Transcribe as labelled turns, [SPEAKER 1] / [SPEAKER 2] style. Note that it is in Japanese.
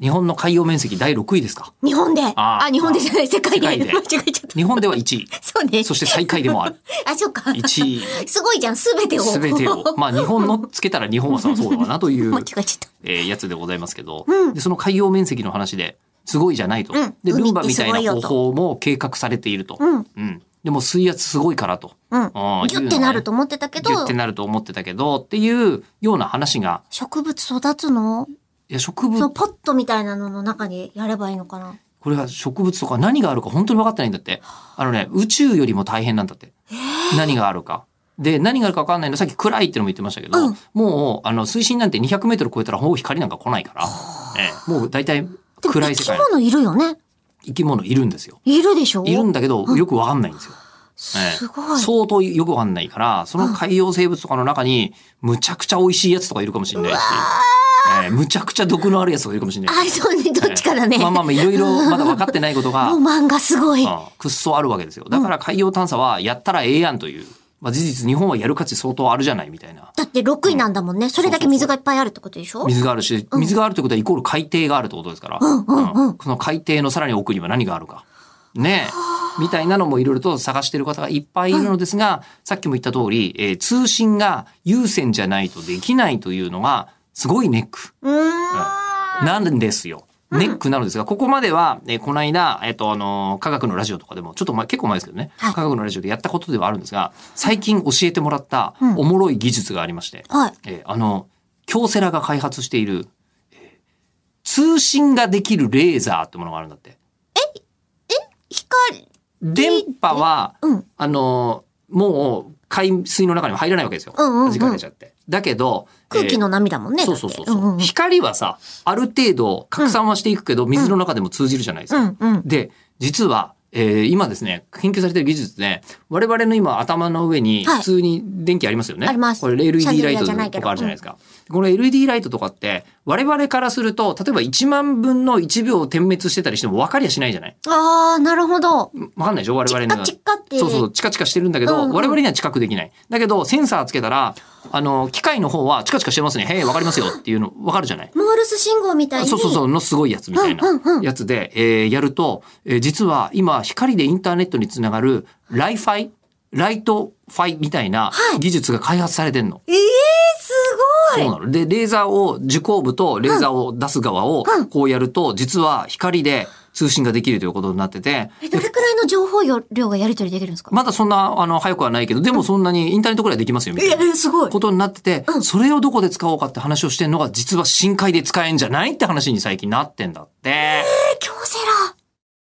[SPEAKER 1] 日本の海洋面積第6位ですか。
[SPEAKER 2] 日本で。あ
[SPEAKER 1] あ
[SPEAKER 2] 日本でじゃない、世界で。
[SPEAKER 1] 世界で
[SPEAKER 2] 間違えちゃった。
[SPEAKER 1] 日本では1位。
[SPEAKER 2] そうね。
[SPEAKER 1] そして最下位でもある。
[SPEAKER 2] あ、そっか。
[SPEAKER 1] 1位。
[SPEAKER 2] すごいじゃん、すべてを。
[SPEAKER 1] すべてを。まあ日本のつけたら日本はそうだわなという
[SPEAKER 2] 間違、えちゃっ
[SPEAKER 1] えーやつでございますけど、
[SPEAKER 2] うん
[SPEAKER 1] でその海洋面積の話ですごいじゃないと。
[SPEAKER 2] うん
[SPEAKER 1] で、ルンバ
[SPEAKER 2] 海って
[SPEAKER 1] み
[SPEAKER 2] す
[SPEAKER 1] た
[SPEAKER 2] ごい
[SPEAKER 1] いな
[SPEAKER 2] よと
[SPEAKER 1] 方法も計画されていると。
[SPEAKER 2] た。うん。
[SPEAKER 1] うん。でも水圧すごいからと。
[SPEAKER 2] うん。
[SPEAKER 1] あー
[SPEAKER 2] ギュってなると思ってたけど
[SPEAKER 1] ギュ、ってなると思ってたけどっていうような話が、
[SPEAKER 2] 植物育つの
[SPEAKER 1] いや植
[SPEAKER 2] その
[SPEAKER 1] 物、
[SPEAKER 2] ポットみたいなのの中にやればいいのかな。
[SPEAKER 1] これは植物とか何があるか本当に分かってないんだって。あのね、宇宙よりも大変なんだって。何があるか。で、何があるか分かんないの、さっき暗いってのも言ってましたけど、
[SPEAKER 2] うん
[SPEAKER 1] もう、あの、水深なんて200メートル超えたらほぼ光なんか来ないから、ええ、もう大体
[SPEAKER 2] でも
[SPEAKER 1] 暗い
[SPEAKER 2] 生
[SPEAKER 1] 世
[SPEAKER 2] き
[SPEAKER 1] 界、
[SPEAKER 2] 物いるよね。
[SPEAKER 1] 生き物いるんですよ。
[SPEAKER 2] いるでしょ
[SPEAKER 1] いるんだけど、よく分かんないんですよ。ええ
[SPEAKER 2] すごい。
[SPEAKER 1] 相当よくわかんないから、その海洋生物とかの中に、むちゃくちゃ美味しいやつとかいるかもしれないし、えーむちゃくちゃ毒のあるやつとかいるかもしれないし。
[SPEAKER 2] あ、そうね、どっちかだね。
[SPEAKER 1] えーまあまあまあ、いろいろまだ分かってないことが、
[SPEAKER 2] ロ
[SPEAKER 1] うん
[SPEAKER 2] マンがすごい。
[SPEAKER 1] くっそあるわけですよ。だから海洋探査はやったらええやんという、まあ、事実日本はやる価値相当あるじゃないみたいな。
[SPEAKER 2] だって6位なんだもんね。それだけ水がいっぱいあるってことでしょ
[SPEAKER 1] 水があるし、水があるということはイコール海底があるってことですから、うんその海底のさらに奥には何があるか。ねえ。みたいなのもいろいろと探してる方がいっぱいいるのですが、さっきも言った通り、えー通信が有線じゃないとできないというのが、すごいネック。
[SPEAKER 2] うーん。
[SPEAKER 1] なんですよ。ネックなのですが、ここまでは、えーこの間、えっ、と、あのー科学のラジオとかでも、ちょっと前、結構前ですけどね、
[SPEAKER 2] はい
[SPEAKER 1] 科学のラジオでやったことではあるんですが、最近教えてもらった
[SPEAKER 2] うん
[SPEAKER 1] おもろい技術がありまして、
[SPEAKER 2] はい。
[SPEAKER 1] えーあの、京セラが開発している、えー通信ができるレーザーってものがあるんだって。
[SPEAKER 2] 光、
[SPEAKER 1] 電波は、
[SPEAKER 2] うん。
[SPEAKER 1] あのーもう、海水の中には入らないわけですよ。
[SPEAKER 2] うんうんうん
[SPEAKER 1] 弾かれちゃって。だけど、えー
[SPEAKER 2] 空気の涙もんね。
[SPEAKER 1] そうそうそう
[SPEAKER 2] だ
[SPEAKER 1] そう、
[SPEAKER 2] ってうんうん
[SPEAKER 1] 光はさ、ある程度拡散はしていくけど、水の中でも通じるじゃないですか。
[SPEAKER 2] うんうん。
[SPEAKER 1] で、実は、えー今ですね、研究されてる技術で、我々の今頭の上に
[SPEAKER 2] はい
[SPEAKER 1] 普通に電気ありますよね。
[SPEAKER 2] あります
[SPEAKER 1] これ LED ライトと
[SPEAKER 2] シャンデリアじゃないけど
[SPEAKER 1] かあるじゃないですか。この LED ライトとかって、我々からすると、例えば1万分の1秒点滅してたりしても分かりやしないじゃない
[SPEAKER 2] ああ、なるほど。
[SPEAKER 1] 分かんないでしょ我
[SPEAKER 2] チ
[SPEAKER 1] 々
[SPEAKER 2] ッ
[SPEAKER 1] の
[SPEAKER 2] カチッカって。
[SPEAKER 1] そうそう、チカチカしてるんだけど、
[SPEAKER 2] うんうん
[SPEAKER 1] 我々には知覚できない。だけど、センサーつけたら、あの、機械の方はチカチカしてますね。へえ、わかりますよっていうの、わかるじゃない
[SPEAKER 2] モールス信号みたいに。
[SPEAKER 1] そうそうそう、のすごいやつみたいな
[SPEAKER 2] うんうんうん
[SPEAKER 1] やつで、えーやると、えー実は今、光でインターネットにつながる、ライファイ、ライトファイみたいな
[SPEAKER 2] はい
[SPEAKER 1] 技術が開発されてんの。
[SPEAKER 2] ええすごい
[SPEAKER 1] そうなの。で、レーザーを、受光部とレーザーを出す側を
[SPEAKER 2] うん、
[SPEAKER 1] こうやると、実は光で通信ができるということになってて、
[SPEAKER 2] えどれくらいの情報量がやり取りできるんですか、
[SPEAKER 1] まだそんな、あの、早くはないけど、でもそんなにインターネットくらいできますよ、みたいな。
[SPEAKER 2] え、すごい。
[SPEAKER 1] ことになってて、それをどこで使おうかって話をしてんのが、実は深海で使えんじゃないって話に最近なってんだって。